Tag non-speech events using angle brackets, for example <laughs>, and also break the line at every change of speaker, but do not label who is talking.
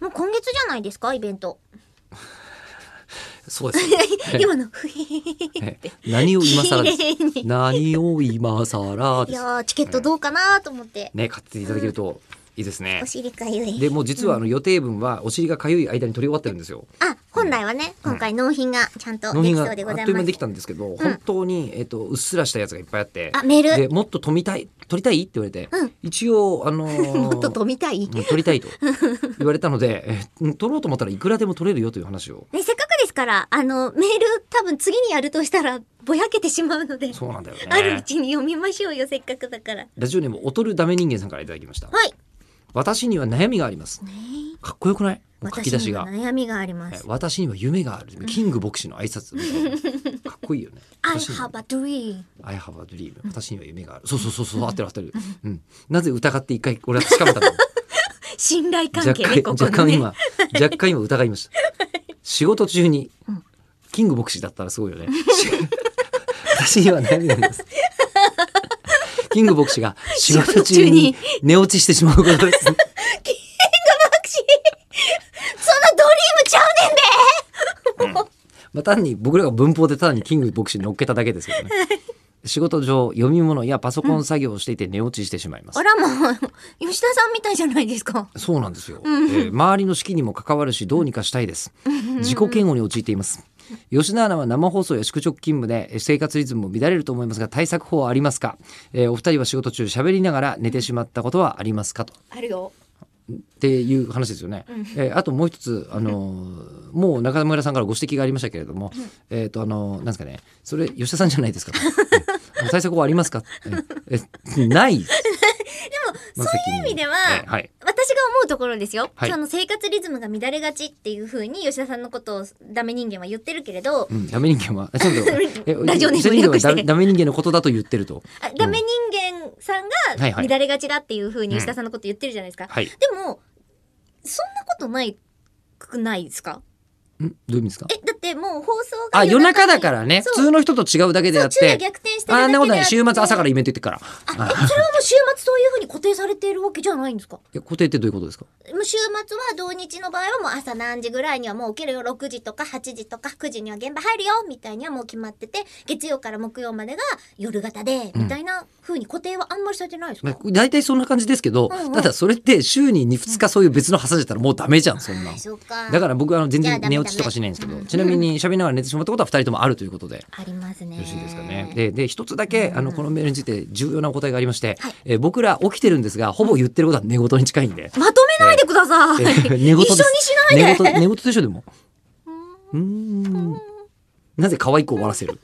もう今月じゃないですかイベント。
そうですね。え
今の、ふへへへへ。 <laughs>
え何を今更です
綺麗。に
何を今更
い
です。
やー、チケットどうかなーと思って。
ね、買っていただけるといいですね
お。尻かゆい。
でもう実はあの予定分はお尻がかゆい間に取り終わってるんですよ。
あ、本来はね、今回納品がちゃんと
納
で
品
き
が
そうでご
あ
ざい
っという
ます
間にで。きたんですけど、本当に、えっと、うっすらしたやつがいっぱいあって。
あ、メー
で
ル。
もっと富みたい取りたいって言われて、
うん
一応あ
<laughs>
の
もっと飛びたい。
うん取りたいと言われたので、えうん取ろうと思ったらいくらでも取れるよという話を。
ね、せっかくですから、あの、メール多分次にやるとしたら、ぼやけてしまうので、
そうなんだよね。
あるうちに読みましょうよ、せっかくだから。
ラジオネーム劣るダメ人間さんからいただきました。
はい。
私には悩みがあります。かっこよくないもう書き出
私
し
に
が
は。悩みがありま
はい
す。
私には夢がある。キング牧師の挨拶みたいな。かっこいいよ
<laughs>
ね。
I
私には
have a dream.
I have a dream. 私には夢がある。そうそうそ
<laughs>
うそう、合ってる合ってる。うん。なぜ疑って一回俺は確かめたの。
信頼 <laughs> 関
若
係ね、こ
干、
こ
若
の
干
ね。 <laughs>
今、若干今疑いました。仕事中に
うん、
キング牧師だったらすごいよね。 <laughs> 私には悩みがあ
<laughs>
ります。キング牧師が仕事中に寝落ちしてしまうことで
<laughs> 私、そ
す。
んなドリームちゃうねんで
まあ、単に僕らが文法で単にキング牧師に乗っけただけですけどね。仕事上読み物やパソコン作業をしていて寝落ちしてしまいます。
あらもう、吉田さんみたいじゃないですか。
そうなんですよ、えー周りの式にも関わるしどうにかしたいです自己嫌悪に陥っています吉田アナは生放送や宿直勤務でえー生活リズムも乱れると思いますが対策法はありますか、えーお二人は仕事中喋りながら寝てしまったことはありますかと
あるよ。
っていう話ですよね。えーあともう一つ、あのーもう中村さんからご指摘がありましたけれども、えっ、と、あのーなんですかね、それ、吉田さんじゃな
<laughs>
いですか。えあの対策はありますかええ
<laughs>
ない。でも、そういう
意味では
はい。
私が思うところですよ、
はい
その生活リズムが乱れがちっていうふうに吉田さんのことをダメ人間は言ってるけれど、
うん、ダメ人間は、えちょっと
ラジオネーム
吉田人間は
略
ダ
して
メダメ人間のことだと言ってると。
あダメ人間さん
はいは
が
い
乱れがちだっていうふうに
うん
吉田さんのこと言ってるじゃないですか、
はい。ん
でもそんなことないくないですか
どういう意味ですか
えだってもう放送が
あ、夜中だ
ら
からね。
そう
普通の人と違うだけであっ
昼夜
て。
逆転してるだけで
あ
あ
んなことない。週末朝かららイベント行ってっから。あ
それはもう週末そういうふうに固定されているわけじゃないんですか
いや固定ってどういうことですか
もう週末は同日の場合はもう朝何時ぐらいにはもう起きるよ6時とか8時とか9時には現場入るよみたいにはもう決まってて月曜から木曜までが夜型でみたいな風に固定はあんまりされてないですか、
まあ、大体そんな感じですけど、
うんうん
ただそれって週に2日そういう別の挟んじゃったらもうダメじゃんそんな
あ
ん
ーそうか
だから僕はあの全
じゃあ
然
ダメ
寝落ちとかしないんですけ
ダ
ど
メ
ちなみに喋りながら寝てしまったことは2人ともあるということで。
ありますね
よろしいですかね。で、で、一つだけ、あの、このメールについて重要なお答えがありまして、
はい
えー僕ら起きてるんですが、ほぼ言ってることは寝言に近いんで。
まとめないでください、
えー
<laughs> 一緒にしないで
寝言、寝言でしょ、でも。うーん。なぜ可愛く終わらせる